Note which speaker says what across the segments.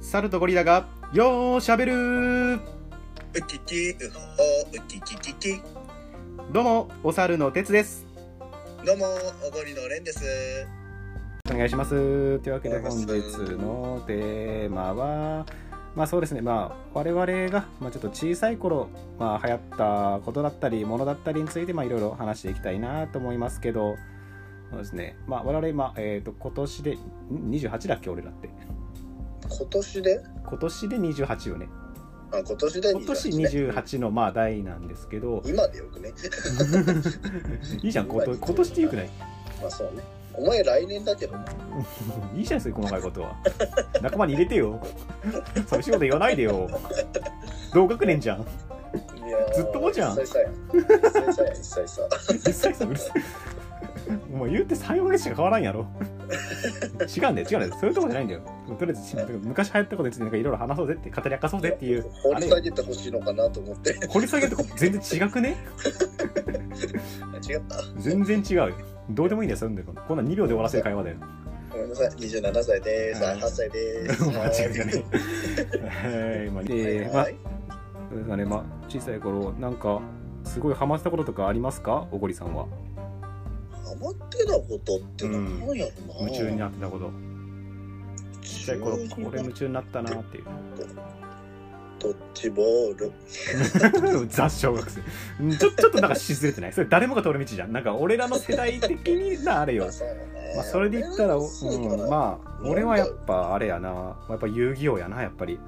Speaker 1: 猿とゴリラがよーしゃべる
Speaker 2: うちちうほほうちちちち
Speaker 1: どうもお猿の哲です
Speaker 2: どうもおごりのれんです
Speaker 1: お願いしますというわけで
Speaker 2: お願い
Speaker 1: 本
Speaker 2: し
Speaker 1: 日
Speaker 2: ます
Speaker 1: のテーマはまあそうですねまあ我々が、まあ、ちょっと小さい頃、まあ、流行ったことだったりものだったりについてまあいろいろ話していきたいなと思いますけどそうですねまあ我々今、えー、と今年でん28だっけ俺らって
Speaker 2: 今年で
Speaker 1: 今年で28よね
Speaker 2: あ今年で28
Speaker 1: 今年28のまあ代なんですけど
Speaker 2: 今でよくね
Speaker 1: いいじゃん今年今年ってよくない
Speaker 2: まあそうねお前来年だけどね
Speaker 1: いいじゃんそういう細かいことは 仲間に入れてよ寂しいこと言わないでよ同学年じゃん
Speaker 2: いやー
Speaker 1: ずっともじゃん
Speaker 2: 一切さや一切さや一切さ
Speaker 1: 実際さうるさいお前言うて最後までしか変わらんやろ違うんだよ違うんだよそういうとこじゃないんだよとりあえず昔流行ったことについてなんかいろいろ話そうぜって語り明かそうぜっていう
Speaker 2: 掘
Speaker 1: あ
Speaker 2: り
Speaker 1: れ
Speaker 2: 下げてほしいのかなと思って
Speaker 1: 掘り下げるとこ全然違くね
Speaker 2: 違った
Speaker 1: 全然違うよどうでもいいんだよそういうんだよこんなん2秒で終わらせる会話だよ
Speaker 2: ごめんなさい27歳です
Speaker 1: はい
Speaker 2: 8歳です
Speaker 1: 間違いがないはいまあでまあ
Speaker 2: はい
Speaker 1: そうですかね、まあ、小さい頃なんかすごいハマってたこととかありますかおごりさんは
Speaker 2: ハマってたことって何やろな
Speaker 1: 夢中に
Speaker 2: な
Speaker 1: なってたこと小
Speaker 2: 小
Speaker 1: さい頃これ夢中になったなっていう
Speaker 2: ドッジボール
Speaker 1: ザ小学生うんちょちょっとなんかしずれてないそれ誰もが通る道じゃんなんか俺らの世代的になあれよ
Speaker 2: まあ、そうだね
Speaker 1: まあ、それで言ったら、う、
Speaker 2: そうだなん
Speaker 1: まあ俺はやっぱあれやなまあやっぱ遊戯王やなやっぱり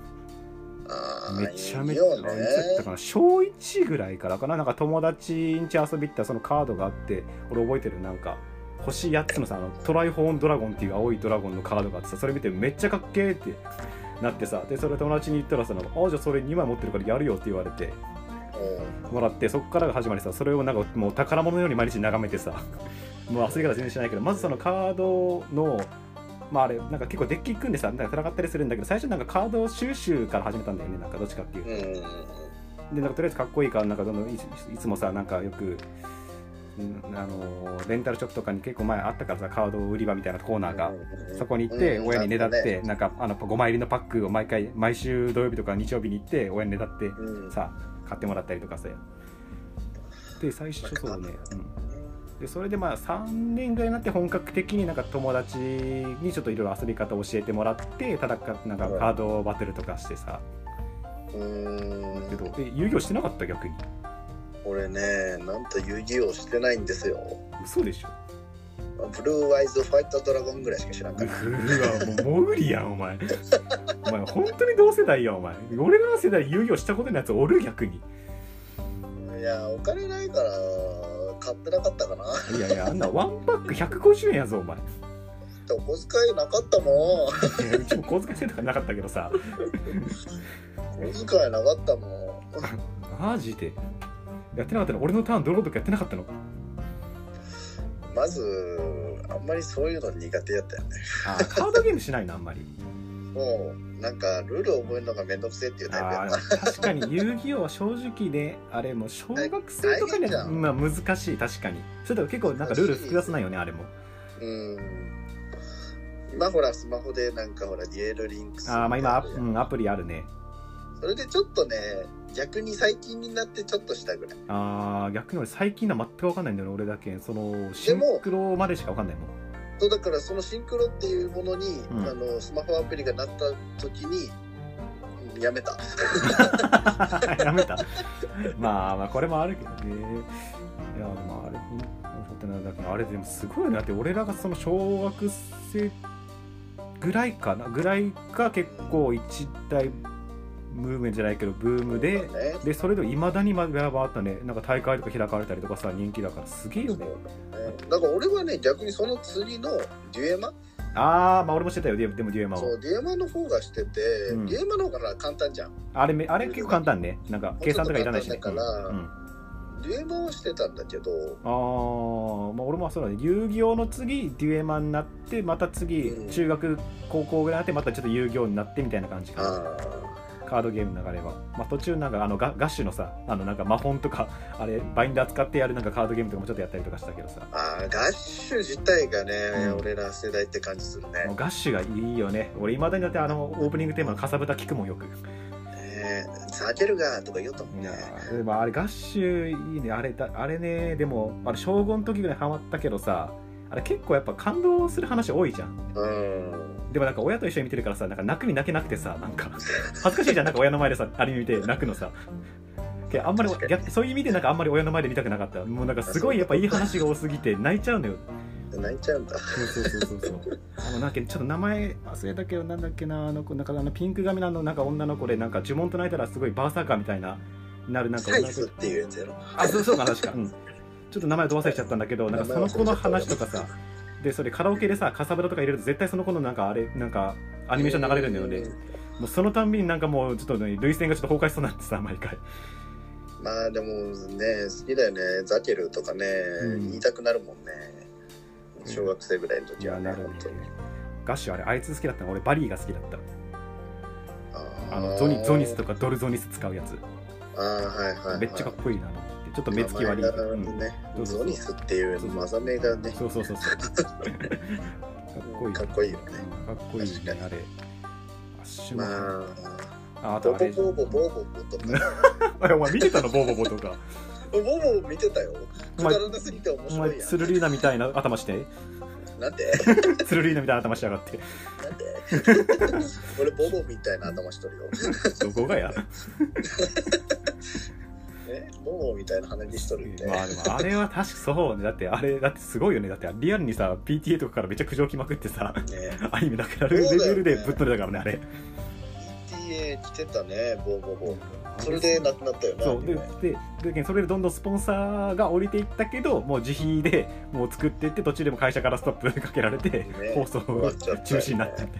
Speaker 2: あー
Speaker 1: めちゃめ
Speaker 2: いい
Speaker 1: ちゃ
Speaker 2: よね
Speaker 1: あいつだったかな小1ぐらいからかななんか友達ん家遊び行ったそのカードがあって俺覚えてるなんか星8つのさあのトライホーンドラゴンっていう青いドラゴンのカードがあってさそれ見てめっちゃかっけーってなってさでそれ友達に言ったらさなんかあじゃあそれ2枚持ってるからやるよって言われて
Speaker 2: うん
Speaker 1: もらってそっからが始まりさそれをなんかもう宝物のように毎日眺めてさ もう遊び方全然しないけどまずそのカードのまああれなんか結構デッキ組んでさなんか戦ったりするんだけど最初なんかカード収集から始めたんだよねなんかどっちかっていうと
Speaker 2: うん
Speaker 1: でなんかとりあえずかっこいいからなんかどんどんいついつもさなんかよく、うんあのーレンタルショップとかに結構前あったからさカード売り場みたいなコーナーが、そこに行って親にねだって、なんかあの5枚入りのパックを毎回毎週土曜日とか日曜日に行って親にねだって
Speaker 2: うん
Speaker 1: さ買ってもらったりとかさで最初そうね、うん、でそれでまあ3年ぐらいになって本格的になんか友達にちょっといろいろ遊び方を教えてもらってただかなんかカードバトルとかしてさ、
Speaker 2: うん
Speaker 1: けどで遊戯王してなかった逆に
Speaker 2: 俺ねなんと遊戯王してないんですよ
Speaker 1: 嘘でしょ
Speaker 2: ブルーアイズファイトドラゴンぐらいしか知らんから
Speaker 1: うわもうモグリやんお前お前本当に同世代やお前俺らの世代遊戯王したことないやつおる逆に
Speaker 2: いやお金ないから買ってなかったかな
Speaker 1: いやいやあんなワンパック150円やぞお前
Speaker 2: お小遣いなかったもん
Speaker 1: いやうちも小遣い制とかなかったけどさ
Speaker 2: 小遣いなかったもん
Speaker 1: マジでやってなかったの俺のターンドローとかやってなかったの
Speaker 2: まずあんまりそういうの苦手やったよね
Speaker 1: あーカードゲームしないなあんまり
Speaker 2: もうなんかルール覚えるのがめんどくせえっていうタイプや
Speaker 1: あ
Speaker 2: な
Speaker 1: ー確かに遊戯王は正直ねあれもう小学生とかに
Speaker 2: 大変じゃ
Speaker 1: は、
Speaker 2: ん
Speaker 1: まあ、難しい確かにそれとか結構なんかルール複雑なんよねあれも
Speaker 2: うん今ほらスマホでなんかほらデュエルリンクス
Speaker 1: あーまあ今、
Speaker 2: みたいなの
Speaker 1: うん、アプリあるね
Speaker 2: やるそれでちょっとね逆に最近になってちょっとしたぐらい
Speaker 1: あー逆に俺最近のは全く分かんないんだよね俺だけそのシ
Speaker 2: で
Speaker 1: ン
Speaker 2: も
Speaker 1: クロまでしか分かんないもん
Speaker 2: そうだからそのシンクロっていうものに、
Speaker 1: うん
Speaker 2: あのスマホアプリがなった時にうんやめた
Speaker 1: やめたまあまあこれもあるけどねいやまああれうんそうだなだけどあれでもすごいよねだって俺らがその小学生ぐらいかなぐらいが結構一大ムーブメントじゃないけどブームで
Speaker 2: そうだね
Speaker 1: でそれでいまだにまだあったねなんか大会とか開かれたりとかさ人気だからすげえよね
Speaker 2: そうだねだから俺はね逆にその釣りのデュエマ
Speaker 1: ああまあ俺もしてたよでもでもデュエマ
Speaker 2: そ
Speaker 1: を
Speaker 2: うデュエマの方がしてて、
Speaker 1: うん
Speaker 2: デュエマの方が簡単じゃん
Speaker 1: あれめあれ結構簡単ねなんか計算とかいらないしね
Speaker 2: もうちょっと簡単だから
Speaker 1: うんうん
Speaker 2: デュエマをしてたんだけど
Speaker 1: あーまあ俺もそうだね遊戯王の次デュエマになってまた次
Speaker 2: うん
Speaker 1: 中学高校ぐらいになってまたちょっと遊戯王になってみたいな感じかな
Speaker 2: あ
Speaker 1: カードゲームの流れは、まあ、途中なんかあのガガッシュのさあのなんか魔法とかあれバインダー使ってやるなんかカードゲームとかもちょっとやったりとかしたけどさ
Speaker 2: あーガッシュ自体がね、
Speaker 1: うん
Speaker 2: 俺ら世代って感じするね。
Speaker 1: もう
Speaker 2: ね
Speaker 1: ガッシュがいいよね俺いまだにだってあのオープニングテーマのかさぶた聞くもんよく
Speaker 2: えさけるがとか言うともん
Speaker 1: い
Speaker 2: ね
Speaker 1: や。ーでもあれガッシュいいねあれだあれねでもあれ小5の時ぐらいハマったけどさあれ結構やっぱ感動する話多いじゃん
Speaker 2: うん。
Speaker 1: でもなんか親と一緒に見てるからさなんか泣くに泣けなくてさなんか恥ずかしいじゃんなんか親の前で さアニメ見て泣くのさけどあんまり
Speaker 2: 確かに
Speaker 1: 逆そういう意味でなんかあんまり親の前で見たくなかったもうなんかすごいやっぱいい話が多すぎて泣いちゃうのよ
Speaker 2: 泣いちゃうんだ。
Speaker 1: そうそうそうそうそうあのなんかちょっと名前忘れたけどなんだっけなあの子なんかあのピンク髪のあのなんか女の子でなんか呪文唱えたらすごいバーサーカーみたいななるなんか女
Speaker 2: サイ
Speaker 1: の子
Speaker 2: ズっていうやつやろ。
Speaker 1: あそうそうか確か、うん、ちょっと名前ど忘れしちゃったんだけどなんかその子の話とかさでそれカラオケでさカサブラとか入れると絶対その子のなんかあれなんかアニメーション流れるんだよね、
Speaker 2: うん
Speaker 1: もうそのたんびになんかもうちょっとね涙腺がちょっと崩壊しそうになってさ毎回
Speaker 2: まあでもね、好きだよね。ザケルとかね、
Speaker 1: ん
Speaker 2: 言いたくなるもんね。
Speaker 1: うん
Speaker 2: 小学生ぐらいの時はね、
Speaker 1: なるね
Speaker 2: 本当に。
Speaker 1: ガッシュあれあいつ好きだったの俺バリーが好きだったあの
Speaker 2: ー
Speaker 1: ゾニゾニスとかドルゾニス使うやつ
Speaker 2: あーはいはいはい。
Speaker 1: めっちゃかっこいいなと思ってちょっと目つき悪い、
Speaker 2: 名前が
Speaker 1: う
Speaker 2: ね
Speaker 1: ん、そうそうそう
Speaker 2: ゾニスっていうマザメがね、
Speaker 1: そうそうそうそうか っこいい
Speaker 2: かっこいいよね。
Speaker 1: うんかっこいいねあれガッシュの
Speaker 2: ま
Speaker 1: あ
Speaker 2: あ、
Speaker 1: あ
Speaker 2: ボ
Speaker 1: とあ
Speaker 2: ボ
Speaker 1: れ
Speaker 2: ボボボボボとか。
Speaker 1: あれお前見てたのボーボーボーとか
Speaker 2: ボボボ見てたよ。
Speaker 1: お
Speaker 2: く
Speaker 1: 前
Speaker 2: だらなすぎて面
Speaker 1: お
Speaker 2: 白
Speaker 1: 前
Speaker 2: いや
Speaker 1: ツルリーナみたいな頭して
Speaker 2: ん。な んで
Speaker 1: ツルリーナみたいな頭しやがって
Speaker 2: なんで俺ボボみたいな頭しとるよ。
Speaker 1: どこがや
Speaker 2: えボボみたいな鼻にしとるっ て。
Speaker 1: まあでもあれは確かそうねだってあれだってすごいよねだってリアルにさ PTA とかからめっちゃ苦情きまくってさ
Speaker 2: ね
Speaker 1: アニメだからレベルでぶっ飛んでたからねあれ
Speaker 2: PTA 来てたね、ボボボ。それで亡くなったよね。
Speaker 1: そうでででそれでどんどんスポンサーが降りていったけどもう自費でもう作っていって途中でも会社からストップかけられて放送
Speaker 2: 終わっちゃったよね
Speaker 1: 中止になっちゃって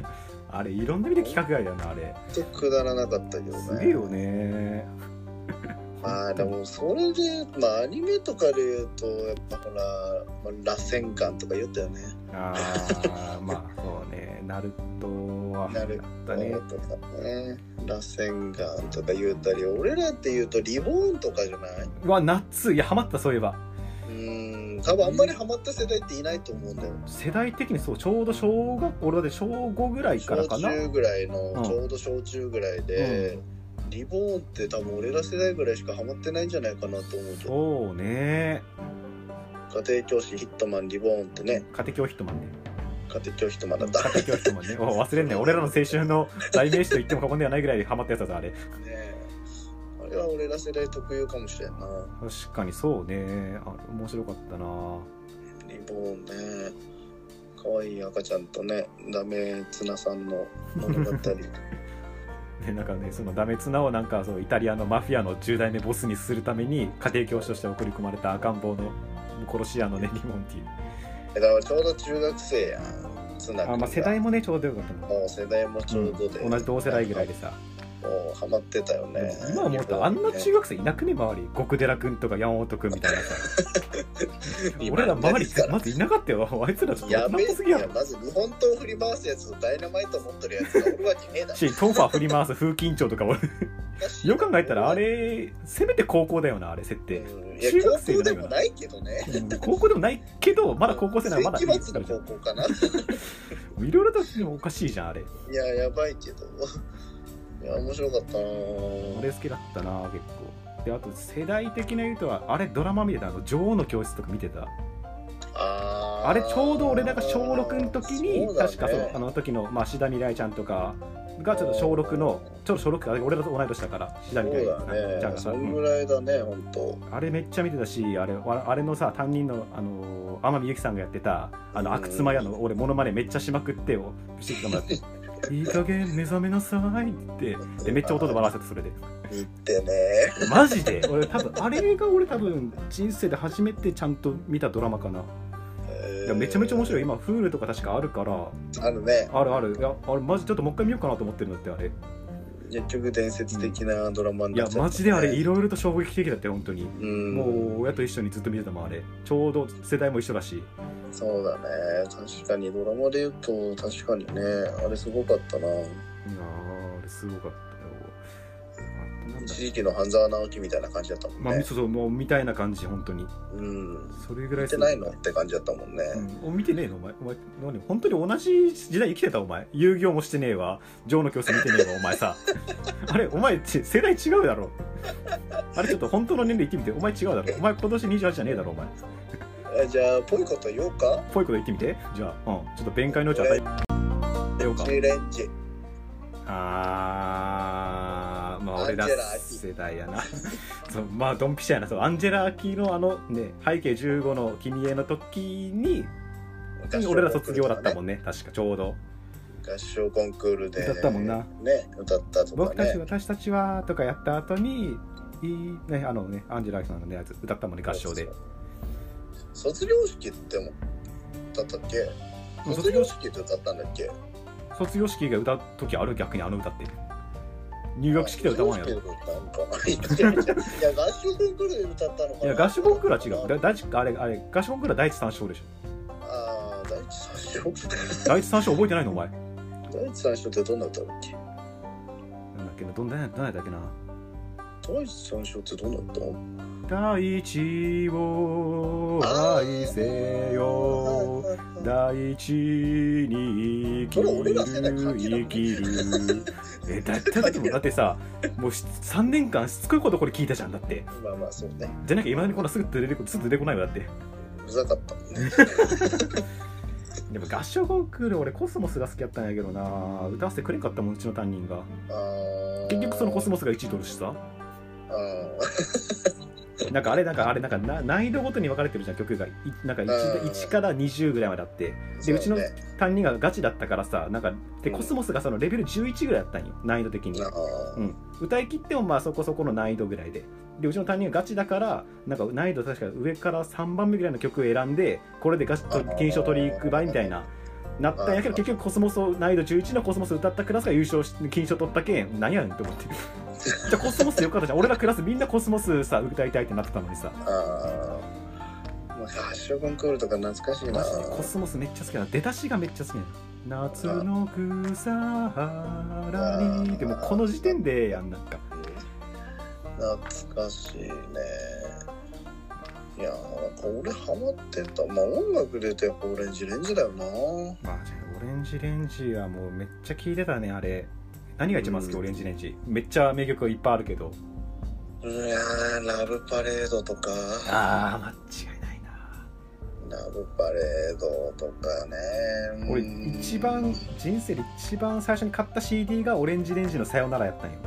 Speaker 1: あれいろんな意味で企画外だよなあれ
Speaker 2: ちょっとくだらなかったけどね。
Speaker 1: すげえよね
Speaker 2: まあでもそれで、まあアニメとかで言うと、やっぱほら、まあ、螺旋感とか言ったよね。
Speaker 1: ああまあそうねナルトは
Speaker 2: ナル
Speaker 1: だね
Speaker 2: とかね。螺旋感とか言ったり、俺らって言うとリボーンとかじゃないう
Speaker 1: わナッツいやハマったそういえば
Speaker 2: うーん、多分あんまりハマった世代っていないと思うんだよ。
Speaker 1: 世代的にそうちょうど小学俺だって小5ぐらいから
Speaker 2: 小
Speaker 1: かな
Speaker 2: 中ぐらい
Speaker 1: うん
Speaker 2: の、ちょうど小中ぐらいで、リボーンって多分俺ら世代ぐらいしかハマってないんじゃないかなと思うけど、
Speaker 1: そうね
Speaker 2: 家庭教師ヒットマンリボーンってね、
Speaker 1: 家庭教師とマンね
Speaker 2: 家庭教師ヒットマンだ
Speaker 1: 家
Speaker 2: った。ね
Speaker 1: 庭教師とマンねお忘れ んね俺らの青春の代名詞と言っても過言ではないぐらいハマったやつだぞあれ
Speaker 2: えあれは俺ら世代特有かもしれんな。
Speaker 1: 確かにそうねあ面白かったな
Speaker 2: リボーンね。可愛い赤ちゃんとね、ダメツナさんの 物語。
Speaker 1: でなんかねそのダメツナをなんかそうイタリアのマフィアの10代目ボスにするために家庭教師として送り込まれた赤ん坊の殺し屋のねリモンティ
Speaker 2: だからちょうど中学生やん。ツナ
Speaker 1: あ、
Speaker 2: 君
Speaker 1: ま
Speaker 2: が
Speaker 1: あ、世代もねちょうどよかったの
Speaker 2: もう世代もちょうどで、
Speaker 1: 同じ同世代ぐらいでさ、
Speaker 2: もうハマってたよ
Speaker 1: でも
Speaker 2: ね
Speaker 1: 今思うとあんな中学生いなくね周り極寺君とか山本君みたいなさ俺ら周りまずいなかったよあいつらちょっと
Speaker 2: やべ
Speaker 1: 大
Speaker 2: え
Speaker 1: 人すぎやろ
Speaker 2: まず日本刀を振り回すやつとダイナマイト持ってるやつがおるわけねえだ
Speaker 1: しトンファー振り回す風紀委員長とか俺
Speaker 2: ろ
Speaker 1: よく考えたらあれせめて高校だよなあれ設 定
Speaker 2: うんい
Speaker 1: 中学
Speaker 2: や高
Speaker 1: 生
Speaker 2: 校
Speaker 1: だ
Speaker 2: で
Speaker 1: よな
Speaker 2: もないけどね
Speaker 1: うん高校でもないけどまだ高校生ならまだい
Speaker 2: 世
Speaker 1: い
Speaker 2: 紀
Speaker 1: です
Speaker 2: 末
Speaker 1: か
Speaker 2: の
Speaker 1: らじゃ
Speaker 2: 高
Speaker 1: ん
Speaker 2: 校かな
Speaker 1: いろいろとおかしいじゃんあれ
Speaker 2: いややばいけどいや面白かったな
Speaker 1: あれ好きだったな結構であと世代的な言うとはあれドラマ見てたあの女王の教室とか見てた
Speaker 2: あー
Speaker 1: あれちょうど俺らが小6の時に、
Speaker 2: そうだね
Speaker 1: 確かそのあの時の、まあ、志田未来ちゃんとかがちょっと小6のちょうど小6かあれ俺らと同い年だから志田
Speaker 2: そう
Speaker 1: 未来ちゃ
Speaker 2: だ
Speaker 1: ん
Speaker 2: ね
Speaker 1: が
Speaker 2: そ
Speaker 1: さ、
Speaker 2: ん
Speaker 1: う
Speaker 2: ぐ
Speaker 1: ん
Speaker 2: らいだね本当
Speaker 1: あれめっちゃ見てたしあれわあれのさ担任の、あのー天海祐希さんがやってたあ
Speaker 2: う
Speaker 1: の
Speaker 2: ん
Speaker 1: 阿久津間屋の俺モノマネめっちゃしまくってをしてきてもら って「いい加減目覚めなさい」ってでめっちゃ弟と笑わせてそれで
Speaker 2: 行ってね
Speaker 1: マジで俺多分あれが俺多分人生で初めてちゃんと見たドラマかな
Speaker 2: え
Speaker 1: い
Speaker 2: ー
Speaker 1: やめちゃめちゃ面白い今 Hulu とか確かあるから
Speaker 2: あるね
Speaker 1: あるあるいやあれマジちょっともう一回見ようかなと思ってるんだってあれい
Speaker 2: 結局伝説的なドラマにな
Speaker 1: や
Speaker 2: っちゃ
Speaker 1: マ
Speaker 2: った
Speaker 1: ジ
Speaker 2: ね
Speaker 1: であれいろいろと衝撃的だったよ本当に、
Speaker 2: うん
Speaker 1: もう親と一緒にずっと見てたもんあれちょうど世代も一緒だし
Speaker 2: そうだね確かにドラマで言うと確かにねあれすごかったな
Speaker 1: ああれすごかったよなんだ
Speaker 2: 地域の半沢直樹みたいな感じだったもん
Speaker 1: まあ、
Speaker 2: ね。
Speaker 1: そうそうもうみたいな感じ本当に
Speaker 2: うん。
Speaker 1: それぐらい
Speaker 2: 見て
Speaker 1: す
Speaker 2: ないのって感じだったもんね。
Speaker 1: うん、お見てねえのお前お前何本当に同じ時代生きてたお前遊戯王もしてねえわジョーの教室見てねえわお前 さあれお前ち世代違うだろあれちょっと本当の年齢言ってみてお前違うだろお前今年28じゃねえだろお前
Speaker 2: えじゃあ、ぽいこと言おうか
Speaker 1: ぽいこと言ってみてじゃあ、うん、ちょっと弁解のうち与えようか
Speaker 2: チレンジ。
Speaker 1: あーまあ
Speaker 2: ア
Speaker 1: 俺
Speaker 2: ンジェ
Speaker 1: ら
Speaker 2: ラ
Speaker 1: 世代やなそうまあドンピシャやなそうアンジェラ・アキのあのね背景15の「君へ」の時に俺ら卒業だったも
Speaker 2: ん。
Speaker 1: んね確かちょうど
Speaker 2: 合唱コンクールで。
Speaker 1: 歌ったもんな
Speaker 2: ね、歌ったとか
Speaker 1: 僕たち
Speaker 2: ね。
Speaker 1: 私たちはとかやった後にいいねあのねアンジェラ・アキさんのねやつ歌ったもんね合唱で。
Speaker 2: 卒業式っても歌ったっけ
Speaker 1: うん
Speaker 2: 卒業式って歌ったんだっけ
Speaker 1: 卒業式が歌う時ある逆にあの歌って入学式で歌わんやろ
Speaker 2: 卒業式で歌ったんかいや、合唱コンクールで歌ったのか
Speaker 1: い
Speaker 2: な。
Speaker 1: や合唱コンクールは違うだ第一あれあれ合唱コンクールは第一三章でしょ
Speaker 2: ああ、第一三章
Speaker 1: 第一三章覚えてないのお前
Speaker 2: 第一三章ってどんな歌だっけ
Speaker 1: なんだっけなどんなどんなだっけな
Speaker 2: 第一三章ってどんな歌
Speaker 1: 大地を愛せよ大地に生き
Speaker 2: それ俺ら世代関係な
Speaker 1: る生
Speaker 2: い
Speaker 1: きるえだってだってもうだってさもう3年間しつこいことこれ聞いたじゃんだって
Speaker 2: まあまあそうね。
Speaker 1: じゃなきゃ今までこんなすぐ出てこすぐ出てこないわだって
Speaker 2: うざかったもんね。
Speaker 1: でも合唱コンクール俺コスモスが好きやったんやけどな歌わせてくれんかったもんうちの担任が
Speaker 2: あー
Speaker 1: 結局そのコスモスが1位取るしさ
Speaker 2: あー
Speaker 1: なんかあれなんかあれなんかな難易度ごとに分かれてるじゃん曲がいなんか 1,
Speaker 2: うん
Speaker 1: 1から20ぐらいまであってで
Speaker 2: そう
Speaker 1: うちの
Speaker 2: ね
Speaker 1: 担任がガチだったからさなんかでコスモスがそのレベル11ぐらいだったんよ難易度的に
Speaker 2: あー
Speaker 1: うん、歌い切ってもまあそこそこの難易度ぐらいででうちの担任がガチだからなんか難易度確か上から3番目ぐらいの曲を選んでこれでガチと金賞取り行く場合みたいななったんやけど結局コスモスを難易度11のコスモス歌ったクラスが優勝して金賞取ったけん何やねんって思 ってじゃあコスモスでよかったじゃん俺らクラスみんなコスモスさ歌いたいってなってたのにさ
Speaker 2: あー。まあ、合唱コンクールとか懐かしいな。
Speaker 1: マジでコスモスめっちゃ好きなの出だしがめっちゃ好きなの夏の草原にでもこの時点でやんなんか
Speaker 2: 懐かしいね。いやー、なんか俺ハマってた。まあ音楽で言うとやっぱオレンジレンジだよな。
Speaker 1: まあじゃあオレンジレンジはもうめっちゃ聞いてたねあれ何が一番好き、
Speaker 2: うん
Speaker 1: オレンジレンジめっちゃ名曲がいっぱいあるけど
Speaker 2: いやー、ラブパレードとか。
Speaker 1: ああ間違いないな、
Speaker 2: ラブパレードとかね。
Speaker 1: 俺
Speaker 2: うん
Speaker 1: 一番人生で一番最初に買った CD がオレンジレンジの「さよなら」やったんよ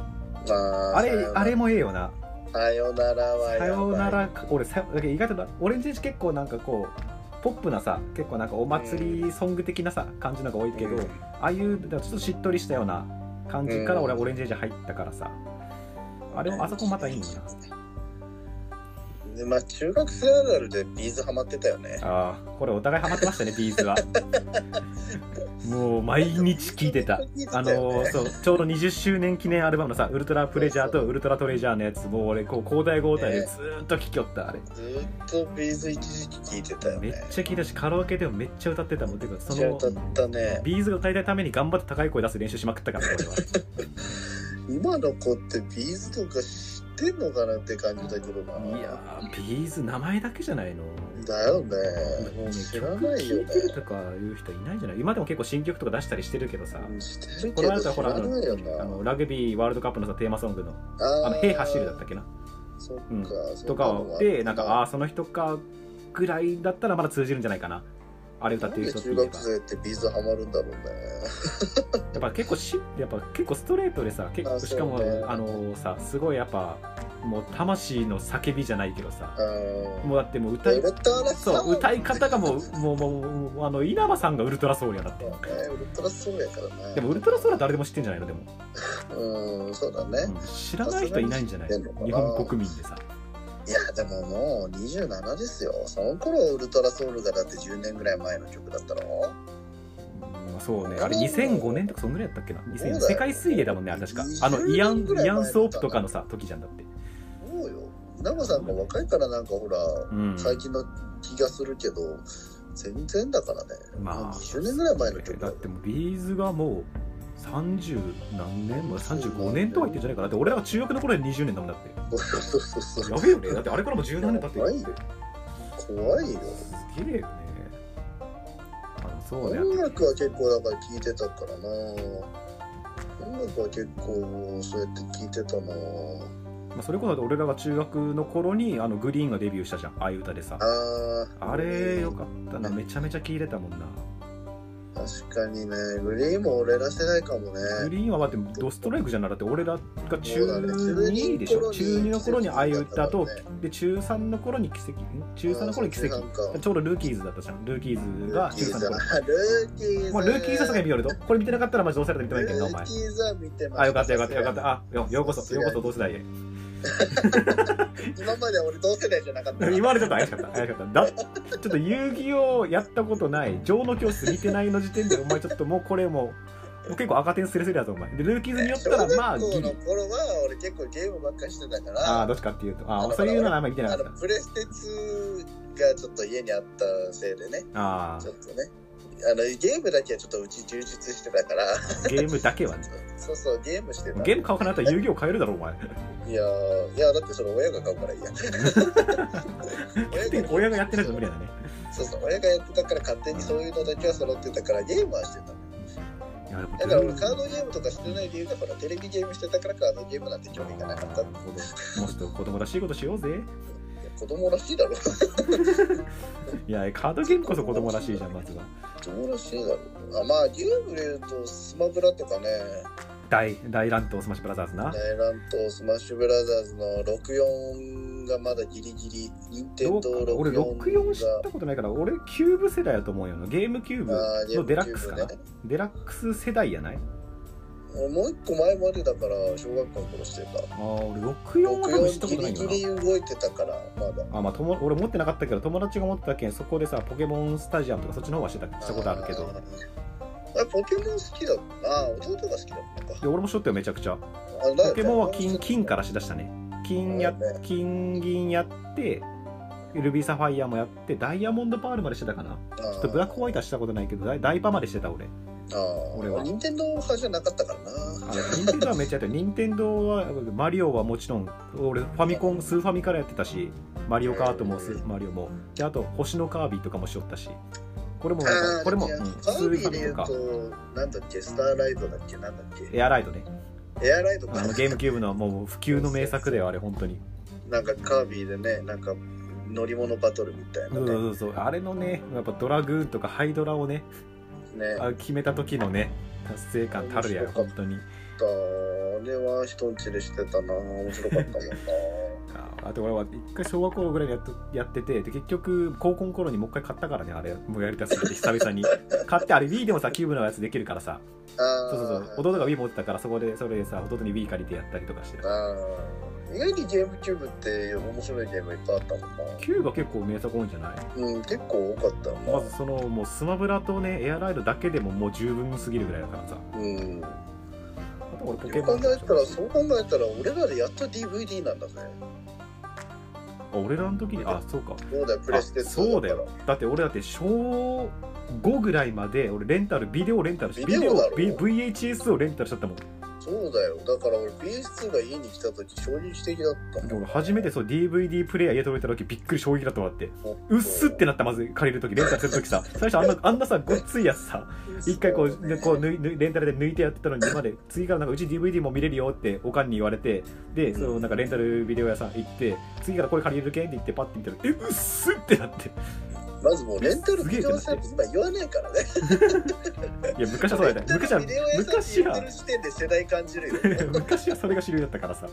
Speaker 2: まあ、
Speaker 1: あれあれ
Speaker 2: も。
Speaker 1: もええよな
Speaker 2: さよなら
Speaker 1: 「
Speaker 2: は
Speaker 1: さ
Speaker 2: やばい
Speaker 1: よなら」俺さだけど意外となオレンジレンジ結構なんかこうポップなさ結構なんかお祭りソング的なさ感じのが多いけど、
Speaker 2: うん
Speaker 1: ああいうちょっとしっとりしたような感じから俺はオレンジレンジ入ったからさ、あれもあそこまたいいのよな
Speaker 2: でまあ中学生あるあるでビーズハマってたよね
Speaker 1: ああこれお互いハマってましたねビーズ はもう毎日聴いてたあのーそうちょうど20周年記念アルバムのさ「ウルトラプレジャー」と「ウルトラトレジャー」のやつもう俺こう交代交代でずーっと聴きよったあれ
Speaker 2: ずーっとビーズ一時期聞いてたよ
Speaker 1: め
Speaker 2: ね
Speaker 1: っちゃ聴いたしカラオケでもめっちゃ歌ってたもんてかそ
Speaker 2: めっ
Speaker 1: の
Speaker 2: ちゃ歌ったね
Speaker 1: ビーズが歌いたいために頑張って高い声出す練習しまくったからね俺は
Speaker 2: 今の子ってビーズとか知ってんのかなって感じだけどない
Speaker 1: いやービーズ名前だけじゃないの
Speaker 2: だよね
Speaker 1: もうね
Speaker 2: 知ら
Speaker 1: 曲
Speaker 2: ない
Speaker 1: 聴
Speaker 2: よ
Speaker 1: い
Speaker 2: ね
Speaker 1: てるとかいう人いないんじゃない今でも結構新曲とか出したりしてるけどさ
Speaker 2: してる
Speaker 1: こ
Speaker 2: け
Speaker 1: の間
Speaker 2: ど
Speaker 1: さ
Speaker 2: 知
Speaker 1: ほらあ
Speaker 2: らないよ
Speaker 1: の
Speaker 2: な
Speaker 1: あのラグビーワールドカップのさテーマソングの「あの
Speaker 2: ー
Speaker 1: ヘイ走る」だったっけな
Speaker 2: そっか、
Speaker 1: うん
Speaker 2: そ
Speaker 1: と
Speaker 2: うな
Speaker 1: か
Speaker 2: のもある
Speaker 1: でなんかああーその人かぐらいだったらまだ通じるんじゃないかなあれ歌
Speaker 2: な
Speaker 1: っ
Speaker 2: ん
Speaker 1: てる人
Speaker 2: で
Speaker 1: ってい
Speaker 2: 中
Speaker 1: えば
Speaker 2: 学生ってビーズハマるんだろうね
Speaker 1: やっぱ結構しやっぱ結構ストレートでさ結
Speaker 2: あ
Speaker 1: 構
Speaker 2: そう
Speaker 1: しかも
Speaker 2: ね
Speaker 1: あのさすごいやっぱもう魂の叫びじゃないけどさ
Speaker 2: あ
Speaker 1: もうだってもう歌
Speaker 2: ー
Speaker 1: い
Speaker 2: ウルトラソウル
Speaker 1: そう歌い方がもうもうもうもうもうあの稲葉さんがウルトラソウルやだって
Speaker 2: ねウルトラソウルやからね
Speaker 1: でもウルトラソウルは誰でも知ってんじゃないのでも、
Speaker 2: うんそうだね、
Speaker 1: うん知らない人いないんじゃない
Speaker 2: さすがに知ってん
Speaker 1: 日
Speaker 2: のかな
Speaker 1: 本国民でさ
Speaker 2: いやでももう27ですよその頃ウルトラソウルがだって10年ぐらい前の曲だったろ
Speaker 1: うんそうねあれ2005年とかそんぐらいやったっけな2004
Speaker 2: そうだよ
Speaker 1: 世界水泳だもんねあれ確かあの
Speaker 2: 20
Speaker 1: イアン
Speaker 2: ぐらい前
Speaker 1: イアンソープとかのさ時じゃんだって
Speaker 2: そうよ長さんが若いからなんかほら、
Speaker 1: うん
Speaker 2: 最近の気がするけど全然だからね、
Speaker 1: まあ
Speaker 2: もう20年ぐらい前の曲
Speaker 1: だ
Speaker 2: だ
Speaker 1: ってもうビーズがも30何年、まあ、35年とは言ってんじゃないかなだって俺らが中学の頃に20年だもんだって
Speaker 2: そうそうそうそ
Speaker 1: や
Speaker 2: う
Speaker 1: べえよねだってあれからもう十何年経ってるって
Speaker 2: 怖いよ
Speaker 1: すげえよねあのそうね
Speaker 2: 音楽は結構だから聴いてたからな音楽は結構そうやって聴いてたな
Speaker 1: まあ、それこそだって俺らが中学の頃にあのグリーンがデビューしたじゃんああいう歌でさ
Speaker 2: あー
Speaker 1: あれよかったなめちゃめちゃ聴いてたもんな
Speaker 2: 確かにねグリーンも俺ら世代かもね
Speaker 1: グリーンは待ってドストライクじゃなくて俺らが中
Speaker 2: そうだね
Speaker 1: 2でしょ中
Speaker 2: 中
Speaker 1: 2
Speaker 2: 二
Speaker 1: の
Speaker 2: の
Speaker 1: 頃
Speaker 2: 頃
Speaker 1: に
Speaker 2: に
Speaker 1: ああいう歌と
Speaker 2: 奇跡だったも
Speaker 1: で中3の頃に奇跡ん中3の頃に奇跡
Speaker 2: あーそう
Speaker 1: ちょうどルーキーズだったじゃんルーキーズ
Speaker 2: ル
Speaker 1: が
Speaker 2: ーキ
Speaker 1: 中
Speaker 2: ー
Speaker 1: 3
Speaker 2: ザ
Speaker 1: の頃
Speaker 2: ルーキーザ
Speaker 1: もうルーキーさすがに見よるとこれ見てなかったらマジどうされた見てないけどなお前
Speaker 2: ルーキーザ見てました
Speaker 1: あよかったよかったよかったあよようこ
Speaker 2: さ
Speaker 1: そ
Speaker 2: すが
Speaker 1: よう
Speaker 2: に
Speaker 1: こそ同世代へ
Speaker 2: 今まで俺同世代じゃなかった
Speaker 1: 言われちょっと怪しかった怪しかっただちょっと遊戯王やったことない情の教室見てないの時点でお前ちょっともうこれもうもう結構赤点スレスレだぞお前でルーキーズによったらまあ
Speaker 2: 小
Speaker 1: ギ
Speaker 2: 学校の
Speaker 1: リ
Speaker 2: 頃は俺結構ゲームばっかりしてたか
Speaker 1: ああ
Speaker 2: ら
Speaker 1: どっちかっていうとああそういうのがあんまり見てな
Speaker 2: あ
Speaker 1: か
Speaker 2: の
Speaker 1: っ
Speaker 2: プレステ2がちょっと家にあったせいでね
Speaker 1: たあ
Speaker 2: ちょっとねあのゲームだけはちょっとうち充実してたから
Speaker 1: あゲームだけはね
Speaker 2: そうそうゲームしてた
Speaker 1: ゲーム買おうかなったら遊戯王買えるだろお前
Speaker 2: いやーいやだってそれ親が買うからいいや
Speaker 1: で 親がやってないと無理だね
Speaker 2: そうそう親がやってたから勝手にそういうのだけは揃ってたからゲームはしてた
Speaker 1: いやでも
Speaker 2: だから俺カードゲームとかしてない理由がほらテレビゲームしてたからカードゲームなんて興味がなかった
Speaker 1: なるほどもうちょっと子供らしいことしようぜ
Speaker 2: いや子供らしいだろ
Speaker 1: いやカードゲームこそ子供らしいじゃんまずは
Speaker 2: 子供らしいだろあまあゲームで言うとスマブラとかね
Speaker 1: 大大乱闘スマッシュブラザーズな
Speaker 2: 大乱闘スマッシュブラザーズの64がまだギリギリ任
Speaker 1: ど
Speaker 2: 天
Speaker 1: うか
Speaker 2: 堂
Speaker 1: な俺64知っ
Speaker 2: 64
Speaker 1: たことないから俺キューブ世代だと思うよなゲームキューブ
Speaker 2: があーゲー
Speaker 1: の
Speaker 2: ム
Speaker 1: デラックスかな、
Speaker 2: キュー
Speaker 1: デラックス世代やない
Speaker 2: ブねもう一個前までだから小学校の頃してた
Speaker 1: ああ俺64は多分知ったこ
Speaker 2: 64ギ
Speaker 1: とな
Speaker 2: リ
Speaker 1: いよ
Speaker 2: ギ
Speaker 1: な
Speaker 2: リ動いてたからまだ
Speaker 1: あまあ、とも俺持ってなかったけど友達が持ってたけんそこでさポケモンスタジアムとかそっちの方はしてたしたことあるけど
Speaker 2: あポケモン好きだああ弟が好きだったのか
Speaker 1: で俺もしょったよめちゃくちゃ
Speaker 2: あ
Speaker 1: ポケモンは金金からしだしたね金や金銀やってルビーサファイアもやってダイヤモンドパールまでしてたかな
Speaker 2: ちょ
Speaker 1: ちょっとブラックホワイ
Speaker 2: イ
Speaker 1: トはしたことないけどダイダイパまでしてた俺
Speaker 2: ト
Speaker 1: 俺は
Speaker 2: 任天堂派じゃなかったからな
Speaker 1: あれ任天堂はめっちゃやってる任天堂はマリオはもちろん俺ファミコンスーファミからやってたしマリオカートもスーマリオもであと星のカービィとかもしよったしこれもなんか
Speaker 2: あー
Speaker 1: これも、
Speaker 2: じ
Speaker 1: う
Speaker 2: ゃあ
Speaker 1: ん
Speaker 2: カ
Speaker 1: スーフ
Speaker 2: ービィ
Speaker 1: ァ
Speaker 2: で
Speaker 1: ミと
Speaker 2: 言う
Speaker 1: か
Speaker 2: となんだっけスターライトだっけなんだっけ
Speaker 1: エアライトね
Speaker 2: エアライト
Speaker 1: あ
Speaker 2: か
Speaker 1: のゲームキューブのもう普及の名作だよあれ本当に
Speaker 2: なんかカービィでねなんか乗り物バトルみたい
Speaker 1: そ
Speaker 2: な
Speaker 1: う
Speaker 2: ね
Speaker 1: そうそうあれのねやっぱドラグーンとかハイドラをね
Speaker 2: ねあ
Speaker 1: あ決めた時のね達成感たるやよ本当に
Speaker 2: とあれは人んちでしてたな面白かった もんな
Speaker 1: ああと俺は一回小学校ぐらいでやっとやっててで結局高校の頃にもう一回買ったからねあれもうやりたすぎて久々に 買ってあれ Wii でもさキューブのやつできるからさ
Speaker 2: あー
Speaker 1: そうそうそう弟が Wii 持ってたからそこでそれでさ弟に Wii 借りてやったりとかして
Speaker 2: あー意外にゲームキューブって面白いゲームいっぱいあったもんな
Speaker 1: キューブは結構名作多いんじゃない
Speaker 2: うん結構多かったよな
Speaker 1: まずそのもうスマブラとねエアライドだけでももう十分すぎるぐらいだからさ
Speaker 2: うん
Speaker 1: あと俺ポケ
Speaker 2: そう
Speaker 1: モ
Speaker 2: 考
Speaker 1: ン
Speaker 2: えたらそう考えたら俺らでやっと DVD なんだぜ
Speaker 1: あ俺らの時にあそうか
Speaker 2: そうだよプレステ
Speaker 1: あそうだ
Speaker 2: から
Speaker 1: よだって俺だって小5ぐらいまで俺レンタルビデオレンタルしビ
Speaker 2: ビ
Speaker 1: デ
Speaker 2: デオだ
Speaker 1: オ
Speaker 2: ろ
Speaker 1: B- VHS をレンタルしちゃったもん
Speaker 2: そうだよだから俺 PS2 が家に来た時衝撃的だった
Speaker 1: で俺初めてそう DVD プレイヤー家届いた時びっくり衝撃だったもんだってうっすってなったまず借りる時レンタルする時 さ最初あんなあんなさごっついやつさ一回こう,、ね、こうぬいぬいレンタルで抜いてやってたのに今まで次からなんかうち DVD も見れるよっておかんに言われてでそのなんかレンタルビデオ屋さん行って次からこれ借りれるけんって言ってパッて見たらえうっすってなって
Speaker 2: まずもうレンタルビデオ屋さんって今言わないからね
Speaker 1: いや昔はそうだった
Speaker 2: レン
Speaker 1: 昔
Speaker 2: タ
Speaker 1: は
Speaker 2: ルビデオ屋さんって
Speaker 1: 昔
Speaker 2: 言って
Speaker 1: は
Speaker 2: る時点で世代感じるよ
Speaker 1: 昔はそれが主流だったからさ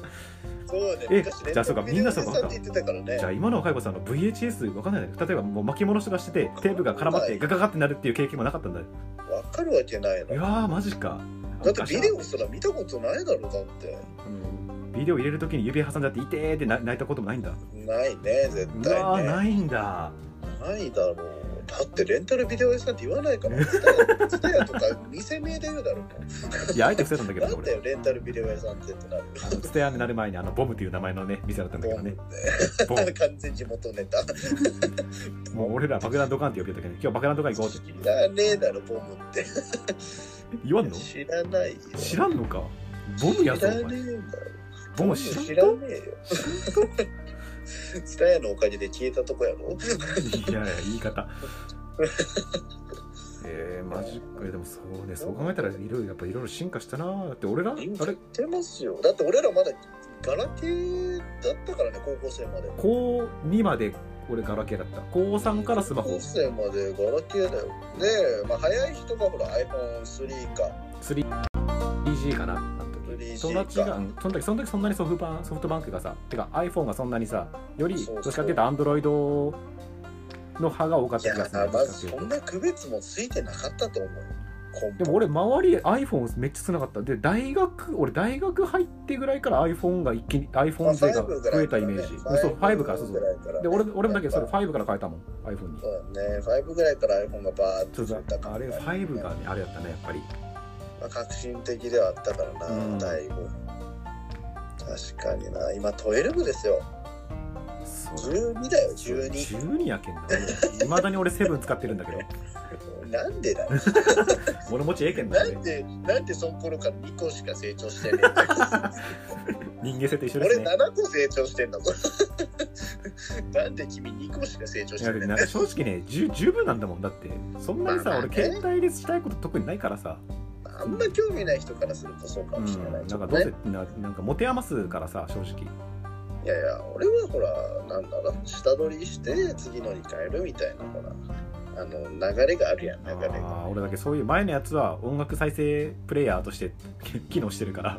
Speaker 2: そうね
Speaker 1: え
Speaker 2: 昔レンタルビデオ屋さんって言ってたから
Speaker 1: じゃあ
Speaker 2: ね
Speaker 1: 今の若い子さんの VHS わかんないね例えばもう巻き戻しとかしててテープが絡まってガガガってなるっていう経験もなかったんだよ
Speaker 2: わかるわけない
Speaker 1: いや
Speaker 2: の
Speaker 1: ーマジか
Speaker 2: だってビデオすら見たことないだろだって
Speaker 1: うんビデオ入れるときに指挟んじゃって「いてー」ってな泣いたこともないんだ
Speaker 2: ないね絶
Speaker 1: うわ
Speaker 2: 対
Speaker 1: ー
Speaker 2: ね
Speaker 1: ないんだ
Speaker 2: ないだろう。だってレンタルビデオ屋さんって言わないから、ツタヤとか店名で言うだろう
Speaker 1: いやあえて伏せたんだけ
Speaker 2: な
Speaker 1: ど
Speaker 2: ん
Speaker 1: 俺
Speaker 2: だよ、レンタルビデオ屋さんってってなる。
Speaker 1: ステアになる前にあのボムという名前のね店だったんだけど ねボム
Speaker 2: 完全地元ネタ。
Speaker 1: もう俺ら爆弾ドカンって呼びたけど、今日爆弾ドカン行こうって
Speaker 2: いらねえだろ、ボムって。
Speaker 1: 言わんの
Speaker 2: 知らないよ。
Speaker 1: 知らんのかボムやぞ
Speaker 2: 知
Speaker 1: お
Speaker 2: らね
Speaker 1: 前
Speaker 2: えよ。
Speaker 1: ボム知
Speaker 2: 知
Speaker 1: ら
Speaker 2: ら
Speaker 1: ん
Speaker 2: ねえよ。ツタヤのおかげで消えたとこやろ
Speaker 1: といやいや言い方えー、マジかいやでもそうねそう考えたらいろいろやっぱいろいろ進化したなだって俺らあれ
Speaker 2: 今知ってますよ。だって俺らまだガラケーだったからね、高校生まで。
Speaker 1: 高2まで俺ガラケーだった高3からスマ
Speaker 2: 高
Speaker 1: ホ
Speaker 2: 校生までガラケーだよ。で、まあ、早い人がほら iPhone3 か。
Speaker 1: 3G かなあの時
Speaker 2: 3G
Speaker 1: 友達が
Speaker 2: か
Speaker 1: うんその時その時そんなにソフバンソフトバンクがさてか iPhone がそんなにさより
Speaker 2: そうそう
Speaker 1: どっちかっていうと Android の派が多かっ
Speaker 2: い
Speaker 1: た
Speaker 2: や
Speaker 1: 気がする、
Speaker 2: ま
Speaker 1: どっち
Speaker 2: ず
Speaker 1: かってい
Speaker 2: そ
Speaker 1: うんと
Speaker 2: な区別もついてなかったと思うよ。根本
Speaker 1: でも俺周り iPhone めっちゃつながったで大学俺大学入ってぐらいから iPhone が一気に iPhone 勢が増えたイメージ、
Speaker 2: まあ
Speaker 1: そう5からそうそ
Speaker 2: 5ぐ
Speaker 1: う
Speaker 2: らいからね
Speaker 1: で俺俺もだけどそれ
Speaker 2: やっ
Speaker 1: 5から変えたもん iPhone に
Speaker 2: ぱそうだね、5ぐらいから iPhone がバーッ
Speaker 1: ちょ
Speaker 2: と
Speaker 1: っと
Speaker 2: 出た
Speaker 1: あれ5がねあれだったねやっぱり
Speaker 2: まあ、革新的ではあったからな、
Speaker 1: うん
Speaker 2: だいぶ確かにな今12ですよ
Speaker 1: そうだ
Speaker 2: 12だよ12
Speaker 1: 12やけんないまだに俺セブン使ってるんだけど
Speaker 2: なんでだよ
Speaker 1: 俺持ちええけん
Speaker 2: な
Speaker 1: だよ
Speaker 2: ん
Speaker 1: ね
Speaker 2: でなんでその頃から2個しか成長してねえんだよ
Speaker 1: 人間性と一緒で
Speaker 2: 俺
Speaker 1: すね
Speaker 2: 7個成長してんだぞ なんで君2個しか成長し
Speaker 1: い
Speaker 2: て
Speaker 1: や
Speaker 2: ねえ
Speaker 1: で
Speaker 2: ん
Speaker 1: もな
Speaker 2: だ
Speaker 1: んか正直ね十十分なんだもんだってそんなにさ、
Speaker 2: まあまあね
Speaker 1: 俺携帯でしたいこと特にないからさ、
Speaker 2: あんま興味ない人からするとそうか
Speaker 1: う
Speaker 2: もし
Speaker 1: ん、
Speaker 2: れ
Speaker 1: な
Speaker 2: ない
Speaker 1: ん
Speaker 2: けど
Speaker 1: か
Speaker 2: ね、
Speaker 1: どうせななんか持て余すからさ正直
Speaker 2: いやいや俺はほらなんだろう下取りして次のに変えるみたいなほらあの流れがあるやん流れが
Speaker 1: あー俺だけそういう前のやつは音楽再生プレイヤーとして 機能してるから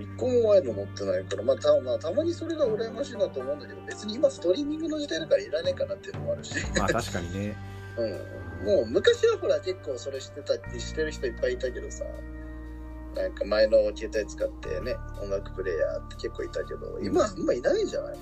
Speaker 2: 一個も前の持ってないから、まあたまあ、たまにそれが羨ましいなと思うんだけど別に今ストリーミングの時代だからいらねえかなっていうのもあるし、
Speaker 1: まあ確かにね
Speaker 2: うん、もう昔はほら結構それしてたってしてる人いっぱいいたけどさなんか前の携帯使ってね音楽プレイヤーって結構いたけど今あんまいないんじゃない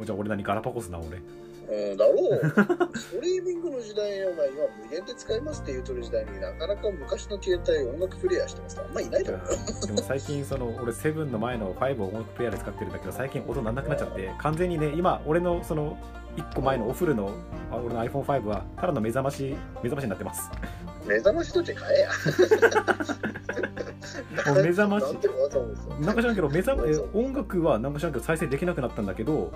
Speaker 1: おじゃあ俺何ガラパゴスな俺
Speaker 2: うん、だろ う。ストリーミングの時代お前今無限で使いますって言うとる時代になかなか昔の携帯音楽プレイヤーしてますからあんまいないと思う。
Speaker 1: でも最近その俺セブンの前の5を音楽プレイヤーで使ってるんだけど最近音鳴んなくなっちゃって完全にね今俺のその1個前のオフルのあ俺の iPhone5 はただの目覚まし目覚ましになってます
Speaker 2: 目覚ましとって買えや。
Speaker 1: もう 目覚まし
Speaker 2: なんてわざわざ
Speaker 1: なんか知らんけど目覚ま
Speaker 2: そう
Speaker 1: え音楽はなんか知らんけど再生できなくなったんだけど